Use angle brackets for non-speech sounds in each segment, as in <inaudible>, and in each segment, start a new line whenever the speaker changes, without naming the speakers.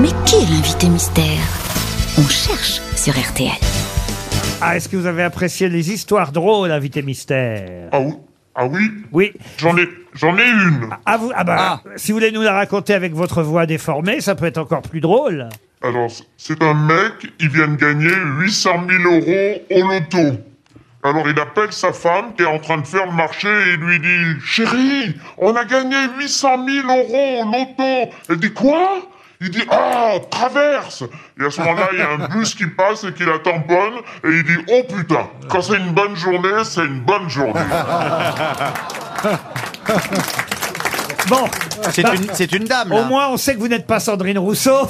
Mais qui est l'invité mystère On cherche sur RTL.
Ah, est-ce que vous avez apprécié les histoires drôles, invité mystère
Ah oui, ah oui
Oui.
j'en ai, j'en ai une.
Ah, vous, ah bah, si vous voulez nous la raconter avec votre voix déformée, ça peut être encore plus drôle.
Alors, c- c'est un mec, il vient de gagner 800 000 euros au loto. Alors, il appelle sa femme qui est en train de faire le marché et il lui dit Chérie, on a gagné 800 000 euros au loto. Elle dit Quoi Il dit Ah, traverse Et à ce moment-là, il y a un bus qui passe et qui la tamponne et il dit Oh putain, quand c'est une bonne journée, c'est une bonne journée.
Bon,
C'est une, c'est une dame,
au
là.
moins on sait que vous n'êtes pas Sandrine Rousseau.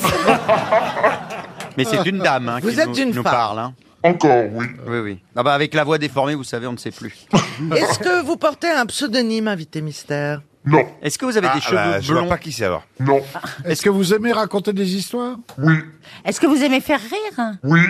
<laughs>
Mais c'est une dame hein,
Vous
qui
êtes
nous,
une
nous
femme.
parle. hein.
Encore oui.
Oui, oui. Ah bah, avec la voix déformée, vous savez, on ne sait plus.
Est-ce que vous portez un pseudonyme, invité mystère
Non,
Est-ce que vous avez des cheveux
bah, je vois
blonds
pas qui c'est alors.
non,
Est-ce que vous aimez raconter des histoires
oui,
Est-ce que vous aimez faire rire
oui,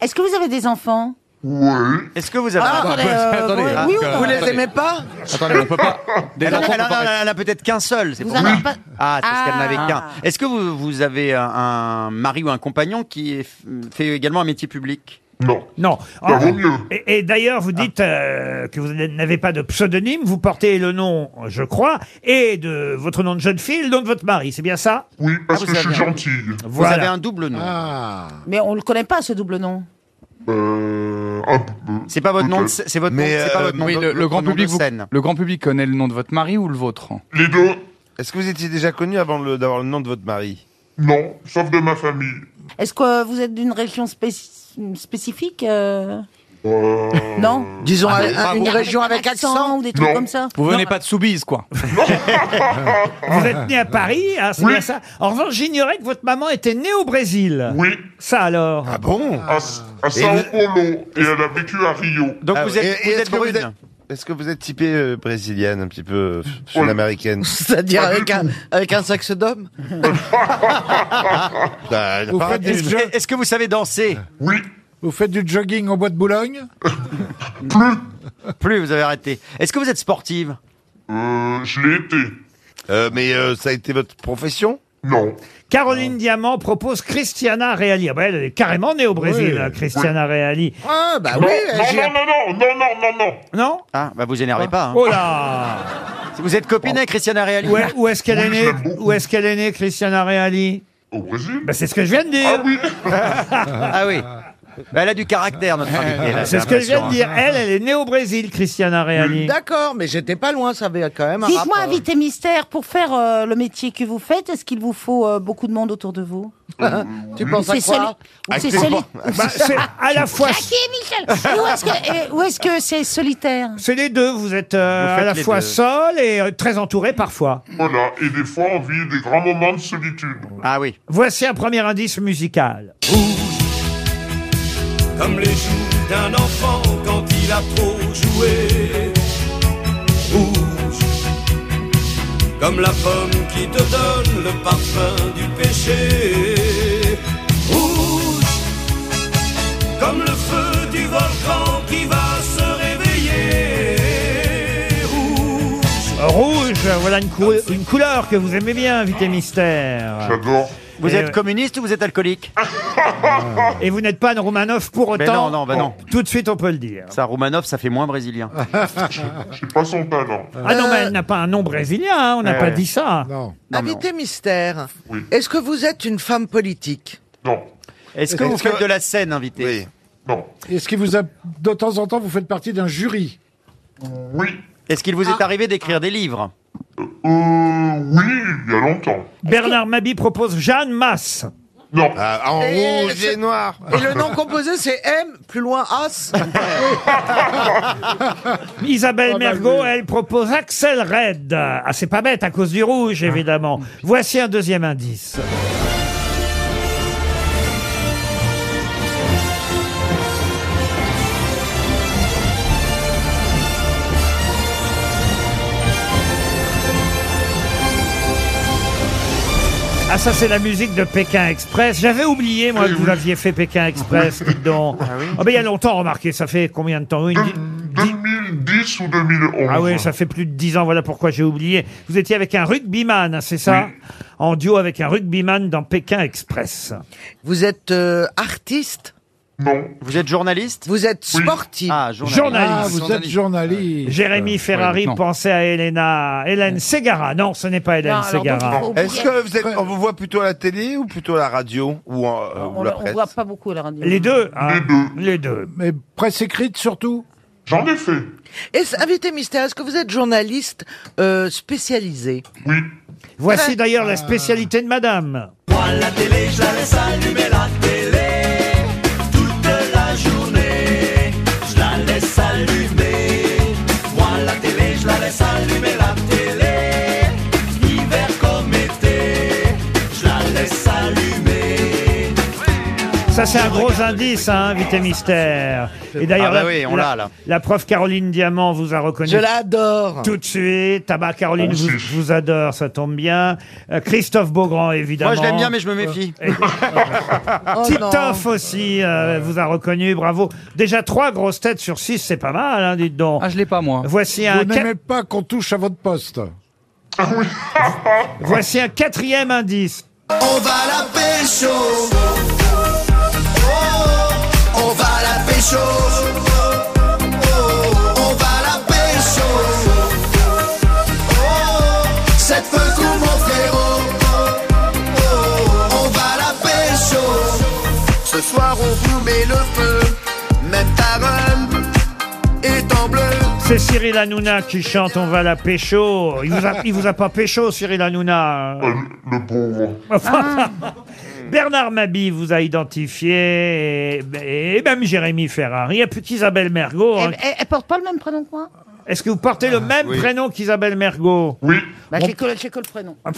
Est-ce que vous avez des enfants
oui.
Est-ce que vous avez...
Ah, attendez, euh, vous- oui ou non Vous les aimez pas
Attendez, on peut pas. Des
elle, en-
enfants, on peut
elle en-
pas-
elle en- elle en a peut-être qu'un seul. C'est
Vous
pour
en
ça.
avez pas-
Ah, c'est parce qu'elle
Ah.
n'avait qu'un. Est-ce que vous, vous avez un, un mari ou un compagnon qui est f- fait également un métier public
Non.
Non. Oh.
Ça vaut mieux.
Et, et d'ailleurs,
Ah.
vous dites euh, que vous n'avez pas de pseudonyme, vous portez le nom, je crois, et de votre nom de jeune fille, et le nom de votre mari, c'est bien ça
Oui, parce
Ah, vous
que je suis
avez un-
gentille.
Voilà.
Vous avez un double nom.
Ah
Mais on le connaît pas ce double nom.
Euh, un peu.
C'est pas votre nom, de sc- c'est votre
Mais,
nom, c'est pas
euh,
votre nom
Oui,
de-
le, le
votre
grand
nom de
public, vous-
scène.
le grand public connaît le nom de votre mari ou le vôtre
Les deux,
<laughs> Est-ce que vous étiez déjà connu avant le- d'avoir le nom de votre mari
non, sauf de ma famille.
Est-ce que vous êtes d'une région spéci- spécifique euh,
Euh,
Non
Disons
Ah,
un-
bravo.
une région avec accent.
ou des trucs
Non.
comme ça
Vous venez pas de Soubise, quoi.
Vous êtes né à Paris, hein, c'est
Oui.
bien ça En revanche, j'ignorais que votre maman était née au Brésil.
Oui,
Ça alors
Ah bon
à, S- à Sao
vous-
Paulo, et elle a vécu à Rio.
Donc
Ah
vous êtes, vous êtes
est-ce que vous
brune.
êtes, est-ce que vous êtes typée euh, brésilienne, un petit peu euh, <laughs> sud-américaine
C'est-à-dire avec un, avec un sexe d'homme
Bah,
vous faites, du
Est-ce
jo-
que- est-ce que vous savez danser
Oui,
vous faites du jogging au bois de
<laughs>
Boulogne
Plus, vous avez arrêté. Est-ce que vous êtes sportive
euh, je l'ai été.
euh, Mais euh, ça a été votre profession
Non,
Caroline Diamant propose Christiana Reali. Ah bah, elle est carrément née au Brésil, hein, Christiana Reali.
Ah, bah oui,
non,
euh, j'ai-
non, non, non, non, non, non, non, non.
Non
Ah, bah vous énervez pas. hein.
Oh là
Vous êtes copine
Oh.
avec Christiana Reali
Où est- où est-ce qu'elle est
Oui,
née
je l'aime beaucoup.
Où est-ce qu'elle est née, Christiana Reali
Au Brésil
bah, C'est ce que je viens de
Ah
dire
oui, <laughs>
Ah oui. Bah, elle a du caractère, notre invitée. là,
C'est ce que je viens de
impressionnant.
dire. Elle, elle est née au Brésil, Christiana
Mm.
Reali.
D'accord, mais j'étais pas loin, ça avait quand même un
Dites-moi,
rapport.
invité mystère, pour faire euh, le métier que vous faites, est-ce qu'il vous faut euh, beaucoup de monde autour de vous
Tu penses à
C'est celui-
quoi
ou c'est
Actez-moi.
celui-
Bah, c'est à la fois...
Qui est Michel Et Où est-ce que- et où est-ce que c'est solitaire
C'est les deux, vous êtes euh,
Vous
à
faites
la
les
fois
deux.
seul et euh, très entouré parfois.
voilà, et des fois on vit des grands moments de solitude.
Ah oui.
Voici un premier indice musical.
comme les joues d'un enfant quand il a trop joué. Rouge, comme la pomme qui te donne le parfum du péché. Rouge, comme le feu du volcan qui va se réveiller. Rouge,
Rouge, voilà une, cou- une couleur que vous aimez bien, invité mystère.
J'adore.
Vous
Et Ah.
êtes
euh,
communiste ou vous êtes alcoolique
Et vous n'êtes pas une Roumanoff pour
Mais
autant. Oh,
non, non, bah non.
Tout de suite, on peut le dire.
Ça, Romanov, ça fait moins brésilien.
J'ai pas son talent.
Ah non, mais elle n'a pas un nom brésilien, hein, on n'a
Ouais,
pas
ouais.
dit ça.
Non.
Invité mystère,
Oui.
est-ce que vous êtes une femme politique
Non,
Est-ce que vous
Est-ce que-
faites de la scène, invité
Oui.
non,
Est-ce que vous a- de temps en temps vous faites partie d'un jury
oui,
Est-ce qu'il vous
Ah.
est arrivé d'écrire des livres
euh, oui, il y a longtemps.
Bernard Mabi propose Jeanne Masse.
Non,
Ah, en
Et
rouge
c'est-
et noir
Et le nom composé, c'est M, plus loin <laughs> As.
<laughs> Isabelle
Ah, bah,
Mergot,
oui.
elle propose Axel Red. Ah, c'est pas bête à cause du rouge,
Ah.
évidemment. Voici un deuxième indice. Ah ça c'est la musique de Pékin Express. J'avais oublié moi que vous aviez
<laughs>
fait Ah, Pékin Express, dites donc. Ah, ben, il y a longtemps, remarquez, ça fait combien de temps Une di-
deux- 2010, 2010 ou 2011.
Ah oui, ça fait plus de 10 ans, voilà pourquoi j'ai oublié. Vous étiez avec un rugbyman, hein, c'est ça En duo avec un rugbyman dans Pékin Express.
Vous êtes euh, artiste
Non.
Vous êtes journaliste
Vous êtes
Oui.
sportif
Ah,
Journaliste.
Ah, vous êtes
euh,
journaliste.
Jérémy Ferrari
Euh, ouais, non.
pensait à Elena, Hélène Segara. Non, ce n'est pas Hélène
Non, alors, donc,
Segara.
faut oublier.
Est-ce que vous êtes, on vous voit plutôt à la télé ou plutôt à la radio ou, en, euh,
on,
ou la
on
presse
voit pas beaucoup à la radio.
Les deux, hein.
Les deux.
Les deux.
Mais presse écrite surtout
J'en ai fait.
Est-ce- Invité mystère, est-ce que vous êtes journaliste euh, spécialisé
Oui.
Voici d'ailleurs la spécialité de madame.
Moi, la télé, je la laisse allumer la télé toute la journée. Je la laisse allumer. Moi, la télé, je la laisse allumer la télé. Hiver comme été, je la laisse allumer.
Ça, c'est un gros indice, hein, invité mystère. Et d'ailleurs,
Ah bah
la-
oui, on
la-
l'a, là.
La prof Caroline Diamant vous a reconnu.
Je l'adore
Tout de suite, Tabac Caroline
On
vous,
suce.
vous adore, ça tombe bien. Euh, Christophe Beaugrand, évidemment.
Moi, je l'aime bien, mais je me méfie.
Euh,
Oh non.
Titoff aussi euh, vous a reconnu, bravo. Déjà trois grosses têtes sur six, c'est pas mal, hein, dites donc.
Ah, je l'ai pas, moi.
Voici
Vous
Euh,
un, quat-
n'aimez pas qu'on touche à votre poste.
Ah oui.
voici un quatrième indice.
On va à la pécho. Oh, on va à la
<laughs>
pécho. Oh, on va à la pécho. Oh, cette feu coup, mon frérot. Oh, on va à la pécho. Ce soir, on vous met le feu. Même ta rhum est en bleu.
C'est Cyril Hanouna qui chante On va la pécho. Il vous a, il vous a pas pécho, Cyril Hanouna.
Euh, le pauvre.
Bernard Mabi vous a identifié, et, et même Jérémy Ferrari, et puis Isabelle Mergot.
Eh
hein.
Elle, Eh ben,
ben-
elle- elle porte pas le même prénom que moi
Est-ce que vous portez
Ah,
le même prénom qu'Isabelle Mergot
<laughs>
Oui.
bah, J'ai que, j'ai que le prénom.
Ouais,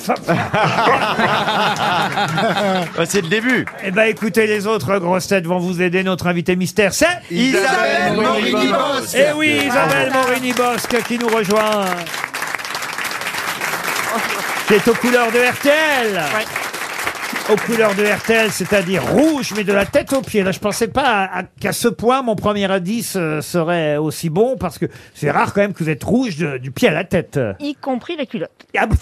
Bah, c'est le début.
Eh ben écoutez, les autres grosses têtes vont vous aider. Notre invité mystère, c'est...
Isabelle Morini-Boss.
Eh oui, Isabelle Morini-Bosque qui nous rejoint. Qui est aux couleurs de RTL. Aux couleurs de RTL, c'est-à-dire rouge, mais de la tête aux pieds. Là, je pensais pas à- à- qu'à ce point, mon premier indice euh, serait aussi bon, parce que c'est rare quand même que vous êtes rouge de- du pied à la tête.
y compris la culotte.
Ah, bah,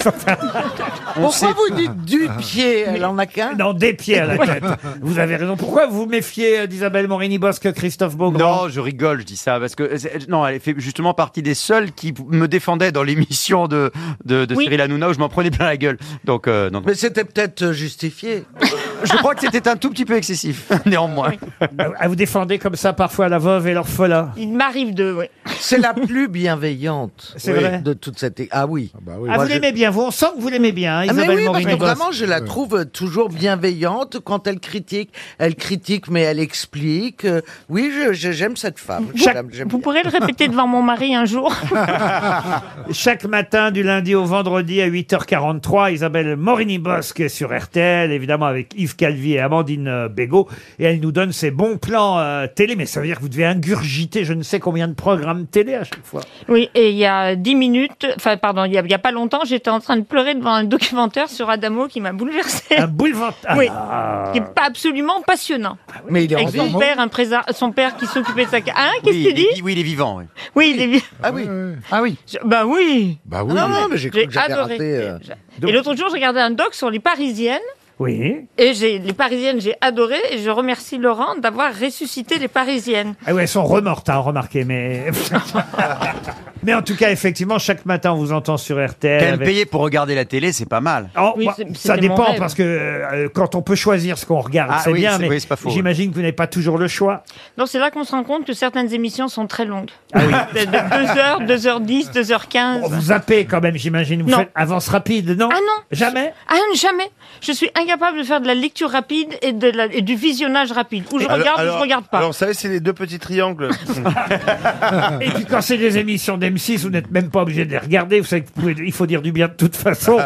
Pourquoi vous dites du pied Elle en a qu'un
non, des pieds à la tête. Vous avez raison. Pourquoi vous vous méfiez euh, d'Isabelle Morini-Bosque, Christophe Beaugrand
Non, je rigole, je dis ça parce que euh, c'est- non, elle fait justement partie des seuls qui me défendaient dans l'émission de de, de
Oui.
Cyril Hanouna où je m'en prenais plein la gueule. Donc euh, non, non.
Mais c'était peut-être euh, justifié.
je crois que c'était un tout petit peu excessif <laughs> néanmoins.
Ah, Vous défendez comme ça parfois la veuve et l'orphelin.
Il m'arrive de. ouais.
<laughs>
C'est la plus bienveillante
C'est vrai.
de toute cette... é- Ah oui.
bah oui.
Ah, vous
je-
l'aimez bien, vous, on sent que vous l'aimez bien, hein,
Ah, mais
Isabelle
oui, parce que
Morini-Bosque.
vraiment, je la trouve euh, toujours bienveillante quand elle critique. Elle critique, mais elle explique. Euh, Oui, je- je- j'aime cette femme. Je
Chaque-
l'aime- j'aime
Vous
bien.
pourrez le répéter devant mon mari
<laughs>
un jour.
Chaque matin, du lundi au vendredi à 8h43, Isabelle Morini-Bosque est sur RTL, évidemment avec Yves Calvi et Amandine euh, Bégaud, et elle nous donne ses bons plans euh, télé, mais ça veut dire que vous devez ingurgiter je ne sais combien de programmes télé à chaque fois.
Oui, et il y a dix minutes, enfin, pardon, il y a, il y a pas longtemps, j'étais en train de pleurer devant un documentaire sur Adamo qui m'a bouleversée.
bah.
Un boulevard... Ah,
Oui.
ah.
Qui est pas absolument passionnant.
Ah Mais il est
Avec
en
son
forme.
père, un présa- son père qui s'occupait de sa ca- Hein, qu'est-ce
oui,
que tu
il est-
dis
oui, il est vivant. oui.
Oui, il est bien.
Ah oui.
Ah oui.
Bah oui.
Bah oui.
Non, non, mais j'ai cru
J'ai
que j'avais
adoré.
raté. euh,
Et l'autre jour, je regardais un doc sur les Parisiennes.
Oui.
Et j'ai, les Parisiennes, j'ai adoré. Et je remercie Laurent d'avoir ressuscité les Parisiennes.
Ah oui, elles sont remortes, hein, remarquez, mais... <laughs> mais en tout cas, effectivement, chaque matin, on vous entend sur RTL.
Qu'elle
avec-
payait pour regarder la télé, c'est pas mal.
Oh,
Oui,
bah,
c'est- hein.
ça
c'était mon
dépend
rêve.
parce que euh, quand on peut choisir ce qu'on regarde,
Ah
c'est
oui,
bien,
c'est-
mais
oui, c'est pas faux,
j'imagine que vous n'avez pas toujours le choix.
Donc c'est là qu'on se rend compte que certaines émissions sont très longues.
Ah
<laughs> De 2h, 2h10, 2h15.
Oh,
Bon, vous zappez quand même, j'imagine. Vous
Non.
faites avance rapide, non
Ah non.
Jamais
Ah, jamais. Je suis incapable de faire de la lecture rapide et, de la- et du visionnage rapide. Ou je regarde ou je regarde pas.
Alors, vous savez, c'est les deux petits triangles. <laughs>
Ah.
Et puis quand c'est des émissions d'M6, vous n'êtes même pas obligé de les regarder. Vous savez que vous pouvez- il faut dire du bien de toute façon.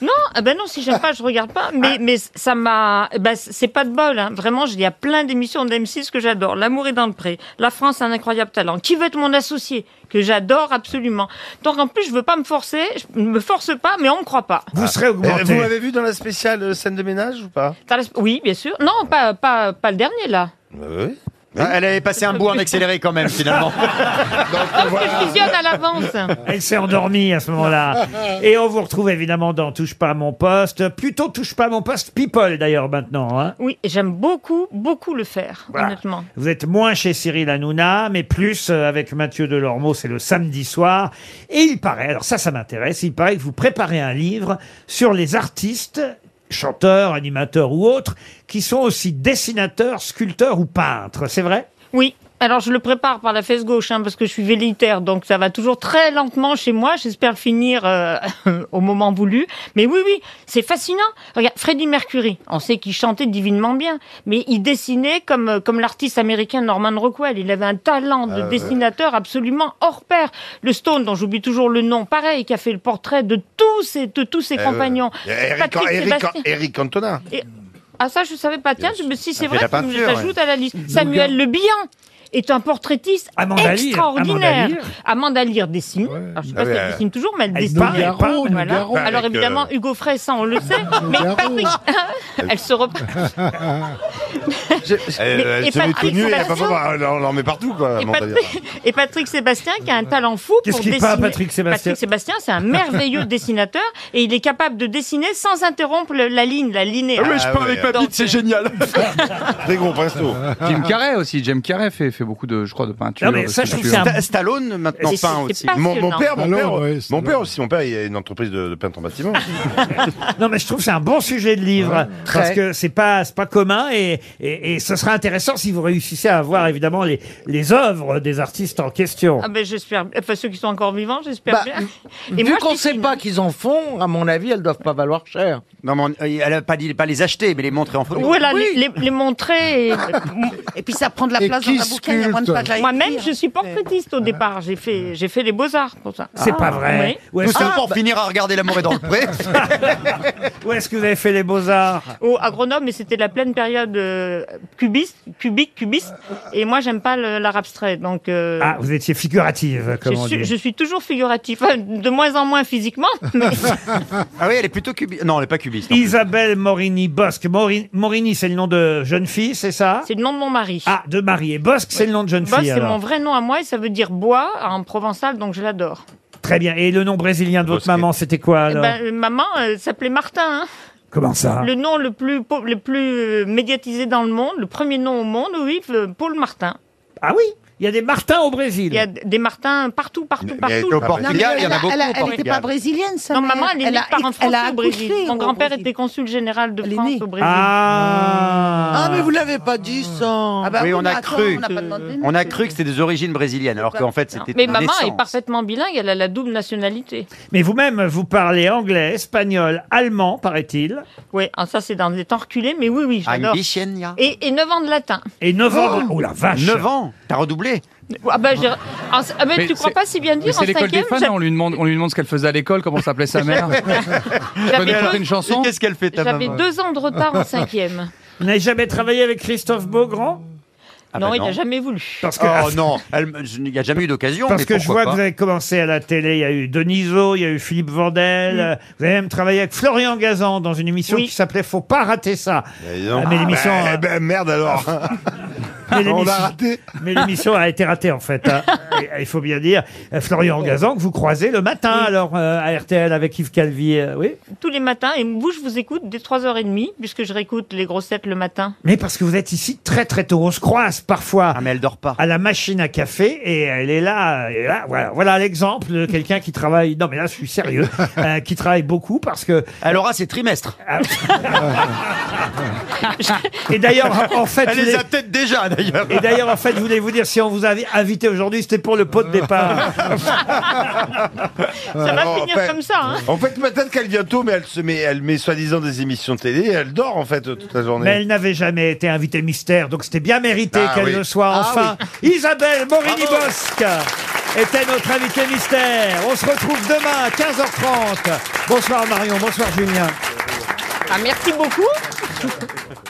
Non, ah ben non, si j'aime pas, je regarde pas.
Ah.
Mais, mais ça m'a. eh Ben, c'est pas de bol. Hein. Vraiment, il y a plein d'émissions d'M6 que j'adore. L'amour est dans le pré. La France a un incroyable talent. Qui veut être mon associé Que j'adore absolument. Donc en plus, je veux pas me forcer. Je me force pas, mais on me croit pas.
Vous
Eh,
serez
Euh, Vous
augmenté.
m'avez vu dans la spéciale euh, scène de ménage ou pas
T'as la- Oui, bien sûr. Non, pas, pas, pas le dernier là.
Euh, Oui.
Ah, Elle avait passé un bout en accéléré quand même <laughs> finalement.
Elle fusionne à l'avance.
Elle s'est endormie à ce moment-là. Et on vous retrouve évidemment dans Touche pas à mon poste. Plutôt Touche pas à mon poste People d'ailleurs maintenant. hein.
Oui, et j'aime beaucoup, beaucoup le faire, honnêtement.
Vous êtes moins chez Cyril Hanouna, mais plus euh, avec Mathieu Delormeau, c'est le samedi soir. Et il paraît, alors ça, ça m'intéresse, il paraît que vous préparez un livre sur les artistes, chanteurs, animateurs ou autres, qui sont aussi dessinateurs, sculpteurs ou peintres. C'est vrai
Oui. Alors je le prépare par la fesse gauche hein, parce que je suis vélitaire, donc ça va toujours très lentement chez moi. J'espère le finir euh, <laughs> au moment voulu. Mais oui, oui, c'est fascinant. Regarde, Freddie Mercury, on sait qu'il chantait divinement bien, mais il dessinait comme euh, comme l'artiste américain Norman Rockwell. Il avait un talent de
Ah, ouais.
dessinateur absolument hors pair. Le Stone, dont j'oublie toujours le nom, pareil, qui a fait le portrait de tous ses de tous ses
Eh ouais.
compagnons.
Eric,
Patrick
Eric-
Sébastien.
Eric Cantona.
Et- Ah ça, je savais pas. Tiens, mais si c'est
Ah, fait
vrai,
la
tu nous les
peinture,
ajoutes
ouais.
à la liste. Samuel Le Bihan est un portraitiste
Amanda Lear, Amanda
extraordinaire.
Lear.
Amanda Lear dessine. Alors, je sais
Ah
pas
oui,
si elle
elle-
dessine toujours, mais elle,
elle
dessine.
peint, elle peint,
Voilà. Bah,
Nougaro.
Alors
Avec,
évidemment,
euh,
Hugo Frey, ça on le sait, mais
Nougaro.
Patrick, <laughs> elle se reprend.
Elle, elle
et
se met
Patrick
tout nu et elle,
Sébastien-
va- elle en- elle en met partout quoi.
Et
Amanda Lear.
Patrick, et Patrick Sébastien qui a un talent fou
Qu'est-ce
pour
qu'il
dessiner.
peint, Patrick Sébastien
Patrick Sébastien, c'est un merveilleux <laughs> dessinateur et il est capable de dessiner sans interrompre le- la ligne, la linéaire.
Ah oui, je peins avec ma bite, c'est génial.
Très gros presto.
<laughs> Jim Carrey aussi. Jim Carrey fait, fait beaucoup de, je crois, de peinture.
Non, mais ça, je trouve que c'est un- Sta-
Stallone maintenant
peint Ah, Mon, mon père, mon père, mon père aussi. Mon père, il a une entreprise de, de peintre en bâtiment.
Non, mais je trouve que c'est un bon sujet de livre parce
Très.
que c'est pas c'est pas commun et, et et ce sera intéressant si vous réussissez à avoir évidemment les les œuvres des artistes en question.
Ah ben j'espère, enfin ceux qui sont encore vivants, j'espère
Bah,
bien.
Et vu qu'on sait pas qu'ils en font, à mon avis, elles doivent pas valoir cher.
Non, mais on- euh, elle a pas dit pas les acheter, mais les montrer en photo.
Voilà, les, les-
<laughs>
les montrer. Et, et puis ça prend de
la Et place dans qui un bouquin, il y a moins de sculpte pages à
Moi-même, je suis portraitiste au départ. J'ai fait, j'ai fait les beaux-arts pour ça.
C'est pas vrai.
ah, Oui.
Tout ça
Ah,
pour
bah-
finir à regarder l'amour est dans le pré.
<laughs>
Où est-ce que vous avez fait les beaux-arts
Au, à Grenoble, mais c'était la pleine période euh, cubiste, cubique, cubiste. Et moi, j'aime pas le- l'art abstrait. Donc, euh,
Ah, vous étiez figurative,
je,
comme on
suis,
dit.
je suis toujours figuratif, Enfin, de moins en moins physiquement.
Bah,
Mais...
Ah oui, elle est plutôt cubiste. Non, elle est pas cubiste.
Isabelle Morini Bosque. Mori- Morini, c'est le nom de jeune fille, c'est ça
C'est le nom de mon mari.
Ah, de mari. Et Bosque, c'est le nom de jeune
Boss,
fille.
c'est
alors.
mon vrai nom à moi et ça veut dire bois en provençal, donc je l'adore.
Très bien. Et le nom brésilien de votre maman, c'était quoi
Eh
alors
ben, euh, maman euh, s'appelait Martin. hein.
Comment ça
Le nom le plus, po- le plus euh, médiatisé dans le monde, le premier nom au monde, oui, euh, Paul Martin.
Ah oui il y a des Martins au Brésil.
Il y a d- des Martins partout, partout,
mais elle
partout.
était au Portugal, Non, mais elle il y en a a- beaucoup elle a- au elle était Portugal. pas
brésilienne, ça Non, maman, elle est
elle
née
a-
de parents
elle a
français au Brésil.
accouché
Mon
au
grand-père était consul général de France au Brésil.
Ah,
mais vous l'avez pas dit ça.
Bah oui, on a cru. On a cru que c'était des origines brésiliennes, alors qu'en fait, c'était.
Mais
une
maman
naissance.
est parfaitement bilingue, elle a la double nationalité.
Mais vous-même, vous parlez anglais, espagnol, allemand, paraît-il.
Oui, ah, ça c'est dans des temps reculés, mais oui,
Ah,
oui, j'adore.
Ein bisschen, ja.
Et, et 9 ans de latin.
Et 9 ans. de- Oh, la vache
9 ans T'as redoublé
Ah ben, j'ai- ah, c'est- ah ben,
Mais
tu crois
c'est-
pas si bien dire
Mais
en
c'est l'école des
cinquième
fans,
j'a-
on lui demande, on lui demande ce qu'elle faisait à l'école, comment s'appelait sa
<laughs>
mère. Elle
J'avais
peut nous
deux-
chanter une chanson. Qu'est-ce
qu'elle fait
J'avais deux ans de retard en cinquième.
Vous n'avez jamais travaillé avec Christophe Beaugrand
non,
bah
il n'a
non.
jamais voulu.
Parce que-
Oh non, elle- je- il n'y a jamais eu d'occasion.
Parce
mais
que je
pourquoi
vois que vous
pas.
avez commencé à la télé. Il y a eu Deniso, il y a eu Philippe Vandel. euh, Vous avez même travaillé avec Florian Gazan dans une émission qui s'appelait Faut pas rater ça.
donc.
Ah, mais
Ah,
l'émission.
bah,
merde alors.
On l'a raté.
Mais l'émission a été ratée en fait.
<laughs>
hein. Et- Il faut bien dire. Euh, Florian Gazan que vous croisez le matin alors euh, à RTL avec Yves Calvi. euh, oui.
Tous les matins, et vous, je vous écoute dès 3h30, puisque je réécoute les grossettes le matin.
Mais parce que vous êtes ici très très tôt, on se croise parfois.
Ah,
À la machine à café et elle est là. et là, voilà, voilà l'exemple de quelqu'un qui travaille. Non mais là je suis sérieux,
<laughs>
euh, qui travaille beaucoup parce que.
Elle aura ses trimestres.
et d'ailleurs en fait.
Elle
je
les
l'ai-
a peut-être déjà d'ailleurs.
Et d'ailleurs en fait je voulais vous dire si on vous avait invité aujourd'hui c'était pour le pot de
<laughs>
départ.
Ça va
Non,
finir
en fait-
comme ça. hein.
Oh, ben, En fait, peut-être qu'elle vient tôt, mais elle se met, elle met soi-disant des émissions de télé. Et elle dort en fait toute la journée.
Mais elle n'avait jamais été invitée mystère, donc c'était bien mérité
Ah
qu'elle
oui.
le soit
Ah
enfin. Isabelle Morini-Bosque était notre invitée mystère. On se retrouve demain à 15h30. Bonsoir Marion, bonsoir Julien.
Ah, merci beaucoup.